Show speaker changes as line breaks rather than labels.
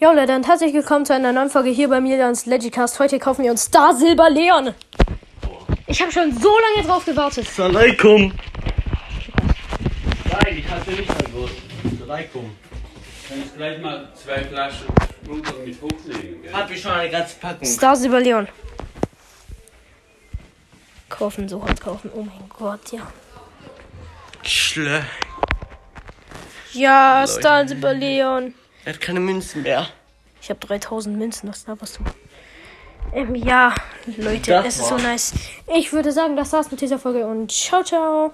Jo Leute, und herzlich willkommen zu einer neuen Folge hier bei mir Leons Legicast. Heute kaufen wir uns Star Silber Leon. Ich habe schon so lange drauf gewartet.
Salaikum. Nein, ich hatte nicht angeboten. Salaikum.
kannst gleich mal zwei Flaschen Sprudel mit hochnehmen. Gell?
Hab ich schon eine ganze Packung.
Star Silber Leon. Kaufen, sofort kaufen. Oh mein Gott, ja.
Schle.
Ja, Star Silber Leon.
Er hat keine Münzen mehr.
Ich habe 3000 Münzen, was laberst du? Ähm, ja, Leute,
Das
es ist so
war's.
nice. Ich würde sagen, das war's mit dieser Folge und ciao, ciao.